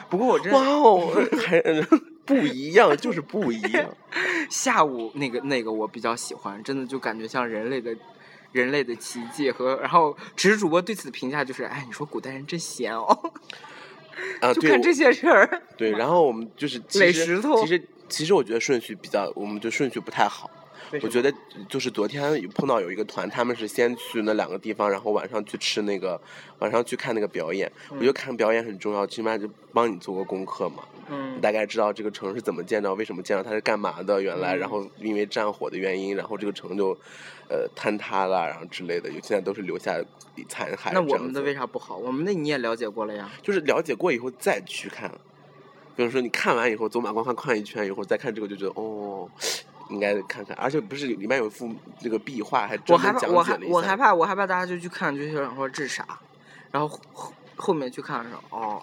[SPEAKER 2] 不过我真
[SPEAKER 3] 哎，哇哦，还 (laughs) 嗯不一样，就是不一
[SPEAKER 2] (laughs)
[SPEAKER 3] 样。
[SPEAKER 2] 下午那个那个我比较喜欢，真的就感觉像人类的人类的奇迹和然后，只是主播对此的评价就是，哎，你说古代人真闲哦，(laughs)
[SPEAKER 3] 啊，
[SPEAKER 2] 就
[SPEAKER 3] 对
[SPEAKER 2] 看这些事
[SPEAKER 3] (laughs)
[SPEAKER 2] 儿。
[SPEAKER 3] 对，然后我们就是其
[SPEAKER 2] 垒
[SPEAKER 3] 实
[SPEAKER 2] 石头
[SPEAKER 3] 其实其实我觉得顺序比较，我们就顺序不太好。我觉得就是昨天有碰到有一个团，他们是先去那两个地方，然后晚上去吃那个，晚上去看那个表演。我觉得看表演很重要，起码就帮你做过功课嘛，
[SPEAKER 2] 嗯
[SPEAKER 3] 你，大概知道这个城是怎么建造，为什么建造，它是干嘛的，原
[SPEAKER 2] 嗯
[SPEAKER 3] 来，然后因为战火的原因，然后这个城就呃坍塌了，然后之类的，有现在都是留下残骸。
[SPEAKER 2] 那
[SPEAKER 3] 这
[SPEAKER 2] 我
[SPEAKER 3] 样
[SPEAKER 2] 们的
[SPEAKER 3] 子
[SPEAKER 2] 为啥不好？我们的你也了解过了呀。
[SPEAKER 3] 就是了解过以后再去看。比如说你看完以后走马观花看一圈以后再看这个就觉得哦，应该看看，而且不是里面有幅这个壁画还
[SPEAKER 2] 我
[SPEAKER 3] 专
[SPEAKER 2] 害
[SPEAKER 3] 门
[SPEAKER 2] 怕，
[SPEAKER 3] 讲
[SPEAKER 2] 我
[SPEAKER 3] 解
[SPEAKER 2] 害
[SPEAKER 3] 了一下。
[SPEAKER 2] 我害怕，我害怕大家就去看，就想说这是啥，然后后后后面去看的时候，哦，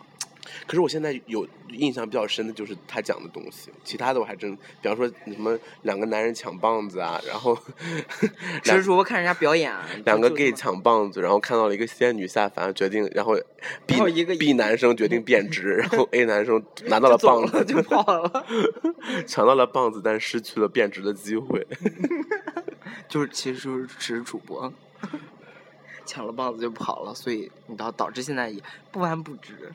[SPEAKER 3] 可是我现在有印象比较深的就是他讲的东西，其他的我还真，比方说什么两个男人抢棒子啊，然后 (laughs)
[SPEAKER 2] 只是说我看人家表演啊，
[SPEAKER 3] 两个
[SPEAKER 2] 就
[SPEAKER 3] gay
[SPEAKER 2] 就
[SPEAKER 3] 抢棒子，然后看到了一个仙女下凡，决定然后 B
[SPEAKER 2] 然后一个
[SPEAKER 3] B 男生决定变直，然后 A 男生拿到
[SPEAKER 2] 就
[SPEAKER 3] 了
[SPEAKER 2] 走
[SPEAKER 3] 棒
[SPEAKER 2] 了
[SPEAKER 3] 子，
[SPEAKER 2] 就跑了，
[SPEAKER 3] 抢到了棒子，但失去了变直的机会。
[SPEAKER 2] 就是其实就是只是主播 (laughs) 抢了棒子就跑了，所以你导导致现在也不弯不直。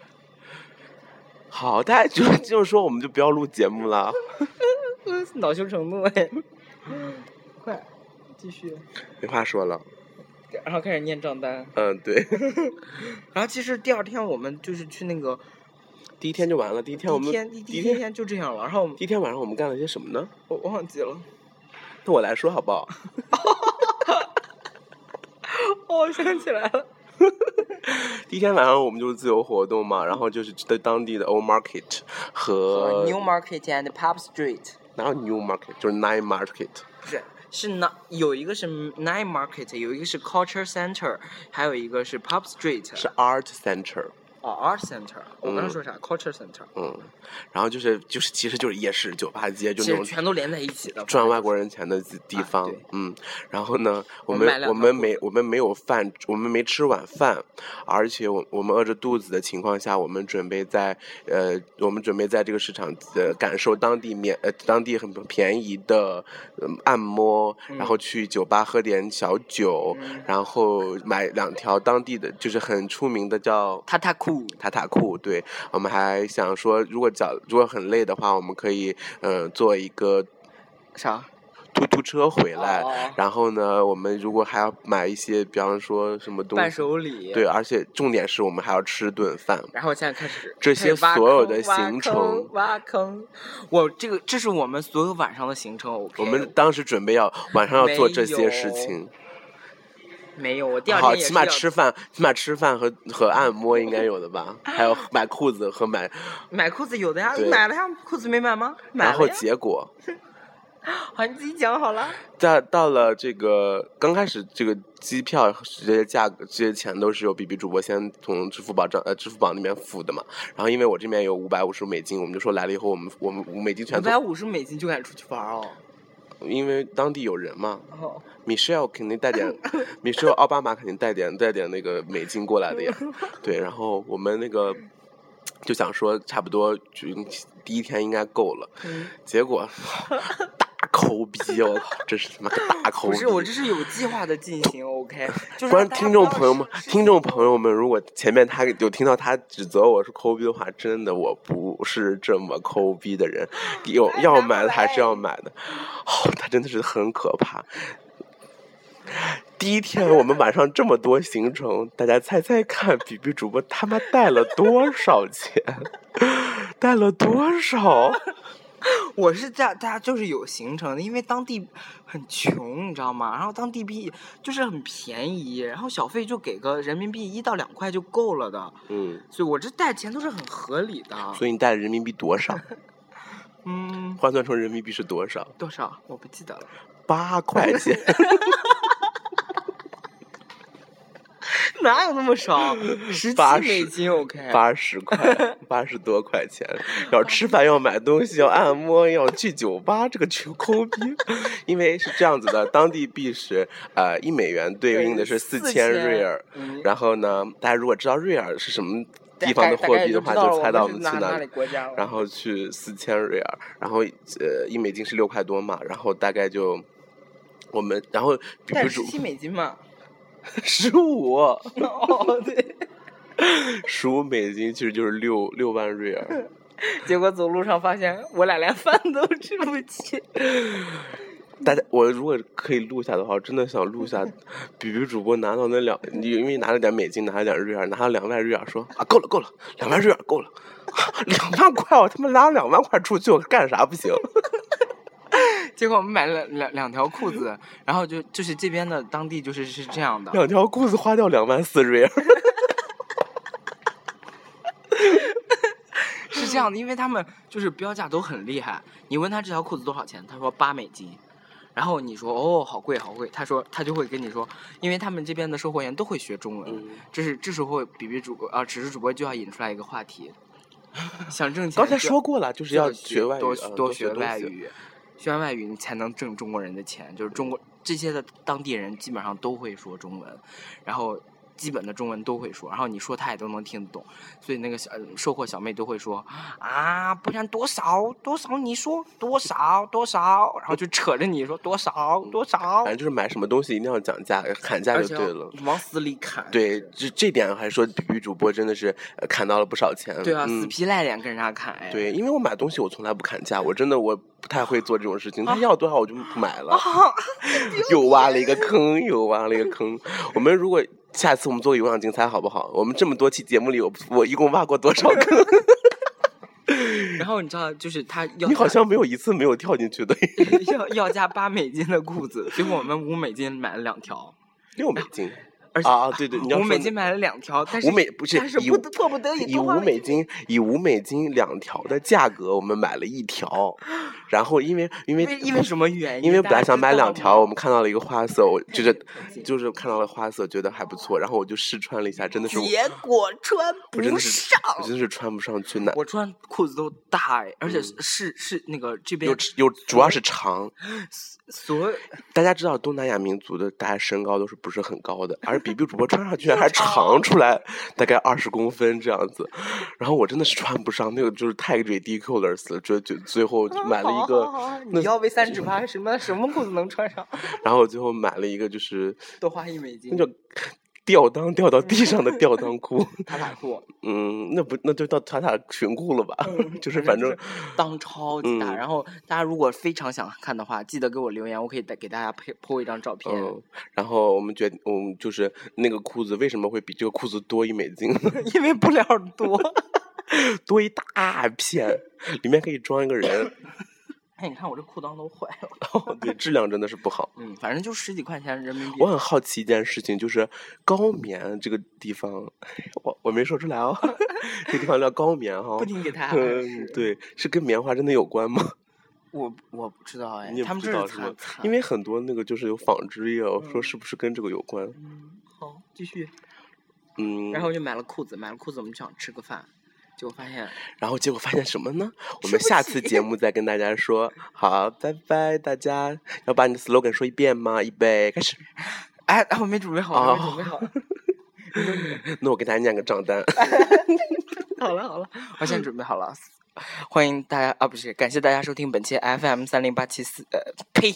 [SPEAKER 3] 好，大家就 (laughs) 就是说，我们就不要录节目了。
[SPEAKER 2] 嗯恼羞成怒哎， (laughs) 快继续，
[SPEAKER 3] 没话说了，
[SPEAKER 2] 然后开始念账单。
[SPEAKER 3] 嗯，对， (laughs)
[SPEAKER 2] 然后其实第二天我们就是去那个
[SPEAKER 3] 第一天就完了。第一天我
[SPEAKER 2] 第
[SPEAKER 3] 们
[SPEAKER 2] 一天
[SPEAKER 3] 第
[SPEAKER 2] 第
[SPEAKER 3] 一
[SPEAKER 2] 一
[SPEAKER 3] 天
[SPEAKER 2] 天就这样了，然后我们
[SPEAKER 3] 第一天晚上我们干了些什么呢？
[SPEAKER 2] 我忘记了。
[SPEAKER 3] 那我来说好不好？
[SPEAKER 2] (laughs)
[SPEAKER 3] (laughs)
[SPEAKER 2] 哦，我想起来 (laughs) 了，
[SPEAKER 3] 第一天晚上我们就是自由活动嘛，然后就是去的当地的 Old Market 和
[SPEAKER 2] New Market and Pub Street
[SPEAKER 3] 哪有 New Market，就是 Nine Market。
[SPEAKER 2] 不是是那有一个是 Night Market，有一个是 Culture Center，还有一个是 Pub Street，
[SPEAKER 3] 是 Art Center，
[SPEAKER 2] 哦 Art Center。我刚
[SPEAKER 3] 嗯
[SPEAKER 2] 刚说啥？Culture Center，
[SPEAKER 3] 嗯，然后就是就是其实就是夜市、酒吧街，就
[SPEAKER 2] 其
[SPEAKER 3] 那
[SPEAKER 2] 实
[SPEAKER 3] 种
[SPEAKER 2] 全都连在一起的。
[SPEAKER 3] 赚外国人钱的地地
[SPEAKER 2] 啊
[SPEAKER 3] 方，
[SPEAKER 2] 对
[SPEAKER 3] 嗯，然后呢，我
[SPEAKER 2] 我
[SPEAKER 3] 们
[SPEAKER 2] 买了
[SPEAKER 3] 我
[SPEAKER 2] 两
[SPEAKER 3] 们
[SPEAKER 2] 套
[SPEAKER 3] 没我们没有饭，我们没吃晚饭，而且我我们饿着肚子的情况下，我们准备在呃，我们准备在这个市场呃感受当地免呃当地很便宜的、嗯按摩，然后去酒吧喝点小酒，
[SPEAKER 2] 嗯
[SPEAKER 3] 然后买两条当地的就是很出名的叫
[SPEAKER 2] 塔塔库，
[SPEAKER 3] 塔塔库，对我们还想说，如果脚如果很累的话，我们可以呃做一个
[SPEAKER 2] 啥？
[SPEAKER 3] 突突车回来。
[SPEAKER 2] 哦
[SPEAKER 3] 然后呢，我们如果还要买一些，比方说什么东西，
[SPEAKER 2] 伴手礼。
[SPEAKER 3] 对，。而且重点是我们还要吃顿饭。
[SPEAKER 2] 然后现在开始
[SPEAKER 3] 这些
[SPEAKER 2] 开始挖
[SPEAKER 3] 所有
[SPEAKER 2] 坑
[SPEAKER 3] 的
[SPEAKER 2] 挖
[SPEAKER 3] 行
[SPEAKER 2] 坑
[SPEAKER 3] 程
[SPEAKER 2] 挖坑，我这个这是我们所有晚上的行程。OK，
[SPEAKER 3] 我们当时准备要晚上要做
[SPEAKER 2] 没
[SPEAKER 3] 这些事
[SPEAKER 2] 有
[SPEAKER 3] 情，
[SPEAKER 2] 没有，我第二天
[SPEAKER 3] 好，
[SPEAKER 2] 也
[SPEAKER 3] 啊起
[SPEAKER 2] 是
[SPEAKER 3] 码
[SPEAKER 2] 要
[SPEAKER 3] 吃饭，起码吃饭和和按摩应该有的吧，还有买裤子和买，
[SPEAKER 2] 买裤子有的呀
[SPEAKER 3] 对，
[SPEAKER 2] 买了呀，裤子没买吗？买
[SPEAKER 3] 然
[SPEAKER 2] 了
[SPEAKER 3] 后
[SPEAKER 2] 呀。
[SPEAKER 3] 结果
[SPEAKER 4] 好，你自己讲好了。
[SPEAKER 3] 在到了这个刚开始，这个机票这些价格、这些钱都是由 B B 主播先从支付宝账呃支付宝那边付的嘛。然后因为我这边有五百五十美金，我们就说来了以后，我们我们五美金全
[SPEAKER 2] 五
[SPEAKER 3] 都
[SPEAKER 2] 百，五十美金就敢出去玩儿哦。
[SPEAKER 3] 因为当地有人嘛
[SPEAKER 2] 哦，
[SPEAKER 3] ，Michelle 肯定
[SPEAKER 2] (laughs)
[SPEAKER 3] 带点，Michelle 奥巴马肯定带点带点那个美金过
[SPEAKER 2] (laughs)
[SPEAKER 3] 来的呀。对，然后我们那个就想说，差不多就第一天应该够了，
[SPEAKER 2] 嗯
[SPEAKER 3] 结果 (laughs) 大抠逼，我靠，真是他妈个大抠
[SPEAKER 2] 不
[SPEAKER 3] 逼！
[SPEAKER 2] 是，我这是有计划的进行，OK，就是
[SPEAKER 3] (laughs) 观
[SPEAKER 2] 让大家
[SPEAKER 3] 听
[SPEAKER 2] 不
[SPEAKER 3] 众
[SPEAKER 2] 要
[SPEAKER 3] 朋友们，
[SPEAKER 2] 失
[SPEAKER 3] 听众朋友们，如果前面他有听到他指责我是抠逼的话，真的我不是这么抠逼的人，
[SPEAKER 2] 啊
[SPEAKER 3] 有要买的还是要买的。哦，他真的是很可怕。第一天我们晚上这么多行程，大家猜猜看，比比主播他妈带了多少钱？ (laughs) 带了多少？
[SPEAKER 2] 我是这样，大家就是有行程的，因为当地很穷，你知道吗？然后当地币就是很便宜，然后小费就给个人民币一到两块就够了的，
[SPEAKER 3] 嗯，
[SPEAKER 2] 所以我这带钱都是很合理的。
[SPEAKER 3] 所以你带了人民币多少？
[SPEAKER 2] 嗯，
[SPEAKER 3] 换算成人民币是多少？
[SPEAKER 2] 多少我不记得了。
[SPEAKER 3] 八块钱。
[SPEAKER 2] 哪有那么少？十七
[SPEAKER 3] 八十
[SPEAKER 2] 美金 OK。
[SPEAKER 3] 八
[SPEAKER 2] (laughs)
[SPEAKER 3] 十块，八十多块钱，要吃饭，要买东西，要按摩，要去酒吧，这个穷抠逼。因为是这样子的，当地币是呃一美元对应的是四千瑞尔，
[SPEAKER 2] 嗯，
[SPEAKER 3] 然后呢，大家如果知道瑞尔是什么
[SPEAKER 2] 大
[SPEAKER 3] 地方的
[SPEAKER 2] 概大
[SPEAKER 3] 货
[SPEAKER 2] 概
[SPEAKER 3] 币的话，
[SPEAKER 2] 知道了
[SPEAKER 3] 就猜到我
[SPEAKER 2] 是
[SPEAKER 3] 们去
[SPEAKER 2] 哪
[SPEAKER 3] 哪
[SPEAKER 2] 里国家了。
[SPEAKER 3] 然后去四千瑞尔，然后呃一美金是六块多嘛，然后大概就我们然后比
[SPEAKER 2] 带
[SPEAKER 3] 如
[SPEAKER 2] 十
[SPEAKER 3] 主
[SPEAKER 2] 七美金
[SPEAKER 3] (laughs)
[SPEAKER 2] 嘛？
[SPEAKER 3] 十五。
[SPEAKER 2] 哦，对。
[SPEAKER 3] 十五美金其实就是六六万瑞
[SPEAKER 2] (laughs)
[SPEAKER 3] 尔，
[SPEAKER 2] 结果走路上发现我俩连饭都吃不起。
[SPEAKER 3] 大家，我如果可以录下的话，我真的想
[SPEAKER 2] (laughs)
[SPEAKER 3] 录下，比比主播拿到那两，因为拿了点美金，拿了点瑞尔，拿了两万瑞尔，说啊够了够了，两万瑞尔够了，啊两万块我他妈拿两万块出去，我干啥不行？
[SPEAKER 2] (laughs) 结果我们买了两两条裤子，然后就就是这边的当地就是是这样的， (laughs)
[SPEAKER 3] 两条裤子花掉两万四瑞尔，
[SPEAKER 2] 是这样的，因为他们就是标价都很厉害。你问他这条裤子多少钱，他说八美金，然后你说哦好贵好贵，他说他就会跟你说，因为他们这边的售货员都会学中文，这是这时候比比主播啊，只是主播就要引出来一个话 (laughs) 题，想挣钱
[SPEAKER 3] 刚
[SPEAKER 2] 就要。
[SPEAKER 3] 才说过了，就是
[SPEAKER 2] 就
[SPEAKER 3] 要学外语，
[SPEAKER 2] 多
[SPEAKER 3] 啊
[SPEAKER 2] 多学
[SPEAKER 3] 东
[SPEAKER 2] 外
[SPEAKER 3] 西。
[SPEAKER 2] 语，学完外语你才能挣中国人的钱。就是中国这些的当地人基本上都会说中文，然后基本的中文都会说，然后你说他也都能听得懂。所以那个小呃售货小妹都会说啊，不然多少多少，你说多少多少，然后就扯着你说多少多少
[SPEAKER 3] 嗯反，正就是买什么东西一定要讲价，砍价
[SPEAKER 2] 而
[SPEAKER 3] 就
[SPEAKER 2] 且
[SPEAKER 3] 对
[SPEAKER 2] 要
[SPEAKER 3] 了。
[SPEAKER 2] 往死里砍。
[SPEAKER 3] 对，这这点还说比比主播真的是呃砍到了不少钱。
[SPEAKER 2] 对啊，
[SPEAKER 3] 嗯
[SPEAKER 2] 死皮赖脸跟人家砍哎。
[SPEAKER 3] 对，因为我买东西我从来不砍价，我真的我不太会做这种事情。
[SPEAKER 2] 哦
[SPEAKER 3] 他要多少我就买了，又挖了一个坑，又挖了一个坑。我们如果下次我们做个有氧竞猜好不好？我们这么多期节目里，我我一共挖过多少坑？ (laughs)
[SPEAKER 2] 然后你知道，就是他要
[SPEAKER 3] 你好
[SPEAKER 2] 砍
[SPEAKER 3] 像没有一次没有跳进去的，
[SPEAKER 2] (laughs) 要要加八美金的裤子，结果我们五美金买了两条，
[SPEAKER 3] 六美金。
[SPEAKER 2] 而且
[SPEAKER 3] 啊啊，对对，你要
[SPEAKER 2] 五
[SPEAKER 3] 说
[SPEAKER 2] 美金买了两条，但是
[SPEAKER 3] 五美不是
[SPEAKER 2] 但是
[SPEAKER 3] 以
[SPEAKER 2] 不得迫不得已
[SPEAKER 3] 以
[SPEAKER 2] 多花
[SPEAKER 3] 五
[SPEAKER 2] 了
[SPEAKER 3] 美金以五美金两条的价格，我们买了一
[SPEAKER 2] (laughs)
[SPEAKER 3] 条，然后因为因为
[SPEAKER 2] 因为因为什么原因？
[SPEAKER 3] 因为
[SPEAKER 2] 大
[SPEAKER 3] 本来
[SPEAKER 2] 家
[SPEAKER 3] 想
[SPEAKER 2] 知
[SPEAKER 3] 买
[SPEAKER 2] 道
[SPEAKER 3] 两
[SPEAKER 2] 吗
[SPEAKER 3] 条，我们看到了一个花色，我就是
[SPEAKER 2] 太近
[SPEAKER 3] 就是看到了花色，觉得还不错，然后我就试穿了一下，真的是我
[SPEAKER 4] 结果穿
[SPEAKER 3] 我真
[SPEAKER 4] 不上
[SPEAKER 3] 的是，我真的是穿不上去，那
[SPEAKER 2] 我穿裤子都大哎，而且是是是那个这边
[SPEAKER 3] 又吃又主要是长。
[SPEAKER 2] 所有
[SPEAKER 3] 大家知道东南亚民族的大家身高都是不是很高的，而比比主播穿上去还长出来大概二十公分这样子，然后我真的是穿不上，那个就是太 ridiculous 了，就就最后买了一个。
[SPEAKER 4] 好好好
[SPEAKER 3] 那
[SPEAKER 4] 你要为三尺八什么什么裤子能穿上？
[SPEAKER 3] 然后我最后买了一个就是
[SPEAKER 2] 多花一美金
[SPEAKER 3] 那叫吊裆吊到地上的吊裆裤，
[SPEAKER 2] 打打裤，
[SPEAKER 3] 嗯，那不那就到塔塔裙裤了吧？
[SPEAKER 2] 嗯
[SPEAKER 3] (laughs) 就是反正
[SPEAKER 2] 就裆超级大。
[SPEAKER 3] 嗯
[SPEAKER 2] 然后大家如果非常想看的话，记得给我留言，我可以带给大家配 po 一张照片。
[SPEAKER 3] 嗯，然后我们决定，我们就是那个裤子为什么会比这个裤子多一美金，
[SPEAKER 2] 因为布料多，
[SPEAKER 3] (laughs) 多一大片，里面可以装一个人。
[SPEAKER 2] (laughs) 哎，你看我这裤裆都坏了。
[SPEAKER 3] 对，质量真的是不好。
[SPEAKER 2] 嗯，反正就十几块钱人民币
[SPEAKER 3] 我。很好奇一件事情，就是高棉这个地方，我我没说出来哦， (laughs) 这个地方叫高棉哈、哦
[SPEAKER 2] 不停给他暗
[SPEAKER 3] 嗯，
[SPEAKER 2] 示，
[SPEAKER 3] 对，是跟棉花真的有关吗？
[SPEAKER 2] 我我不知道哎
[SPEAKER 3] 你，也
[SPEAKER 2] 他
[SPEAKER 3] 不
[SPEAKER 2] 们
[SPEAKER 3] 知
[SPEAKER 2] 这
[SPEAKER 3] 道
[SPEAKER 2] 是
[SPEAKER 3] 是
[SPEAKER 2] 惨
[SPEAKER 3] 吧？
[SPEAKER 2] 惨，
[SPEAKER 3] 因为很多那个就是有纺织业，我说是不是跟这个有关？
[SPEAKER 2] 嗯好继续，
[SPEAKER 3] 嗯，
[SPEAKER 2] 然后就买了裤子，买了裤子我们想吃个饭，结果发现
[SPEAKER 3] 然后结果发现什么呢？我
[SPEAKER 4] 吃
[SPEAKER 3] 们
[SPEAKER 4] 不
[SPEAKER 3] 下次
[SPEAKER 4] 起
[SPEAKER 3] 节目再跟大家说。好，拜拜，大家要把你的 slogan 说一遍吗？预备，开始。
[SPEAKER 2] 哎我没准备好，我没准备好，
[SPEAKER 3] 那我给大家念个账单。
[SPEAKER 2] 哦 (laughs)
[SPEAKER 4] 好了好了，
[SPEAKER 2] 我现在准备好了。欢迎大家啊，不是，感谢大家收听本期 FM 三零八七四，呃，呸，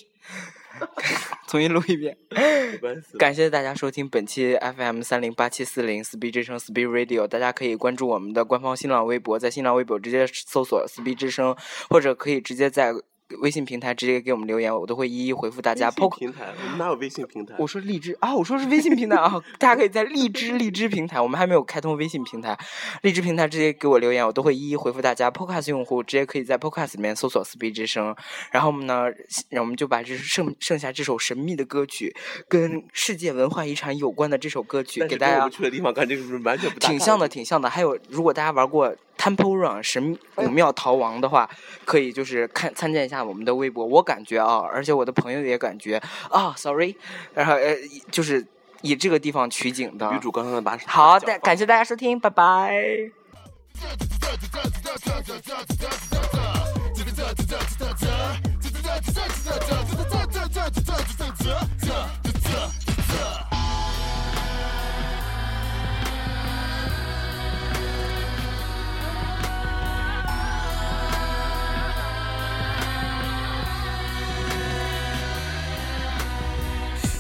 [SPEAKER 2] (laughs) 重新录一遍。
[SPEAKER 3] 没关系
[SPEAKER 2] 感谢大家收听本期 FM 三零八七四零 Speed 之声 Speed Radio，大家可以关注我们的官方新浪微博，在新浪微博直接搜索 Speed 之声，或者可以直接在微信平台直接给我们留言，我都会一一回复大
[SPEAKER 3] 大
[SPEAKER 2] 家。包括
[SPEAKER 3] 平台，我们哪有微信平台？
[SPEAKER 2] 我说荔枝啊，我说是微信平台啊，大家可以在荔枝荔枝平台，我们还没有开通微信平台，荔枝平台直接给我留言，我都会一一回复大家。Podcast 用户直接可以在 Podcast 里面搜索 “Speed 之声”，然后呢，让我们就把这剩剩下这首神秘的歌曲，跟世界文化遗产有关的这首歌曲
[SPEAKER 3] 但
[SPEAKER 2] 给
[SPEAKER 3] 是
[SPEAKER 2] 大
[SPEAKER 3] 跟我
[SPEAKER 2] 家
[SPEAKER 3] 们。去的地方看这个是不是完全不搭
[SPEAKER 2] 挺
[SPEAKER 3] 嘎
[SPEAKER 2] 像的，。挺像的。还有，如果大家玩过 Temple Run 神秘
[SPEAKER 3] 哎
[SPEAKER 2] 古庙逃亡的话，可以就是看参见一下我们的微博。我感觉啊，而且我的朋友也感觉啊，sorry，然后呃，就是以这个地方取景的
[SPEAKER 3] 女。主刚刚把
[SPEAKER 2] 好，
[SPEAKER 3] 的
[SPEAKER 2] 的，，感谢大家收听，拜拜。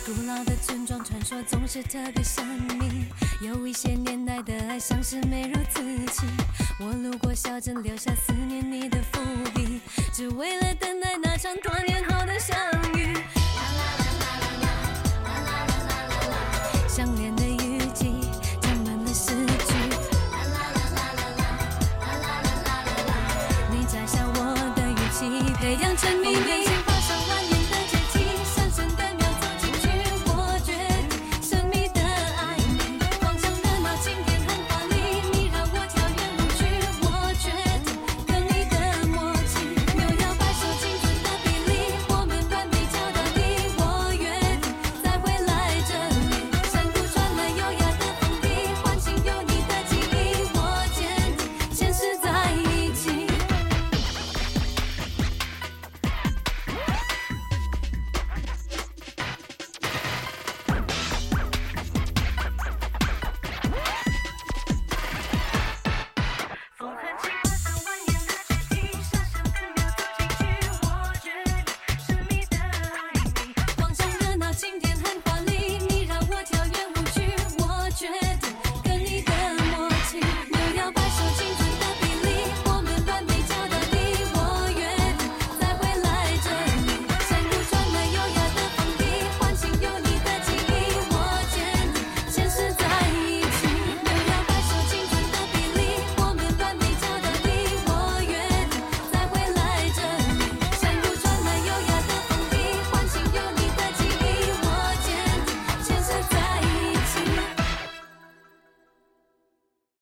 [SPEAKER 1] 古老的村庄传说总是特别神秘，有一些年代的爱像是美如自己。我路过小镇，留下思念你的伏笔，只为了等待那场多年后的相遇。相恋的雨季沾满了诗句。你摘下我的语气，培养成秘密，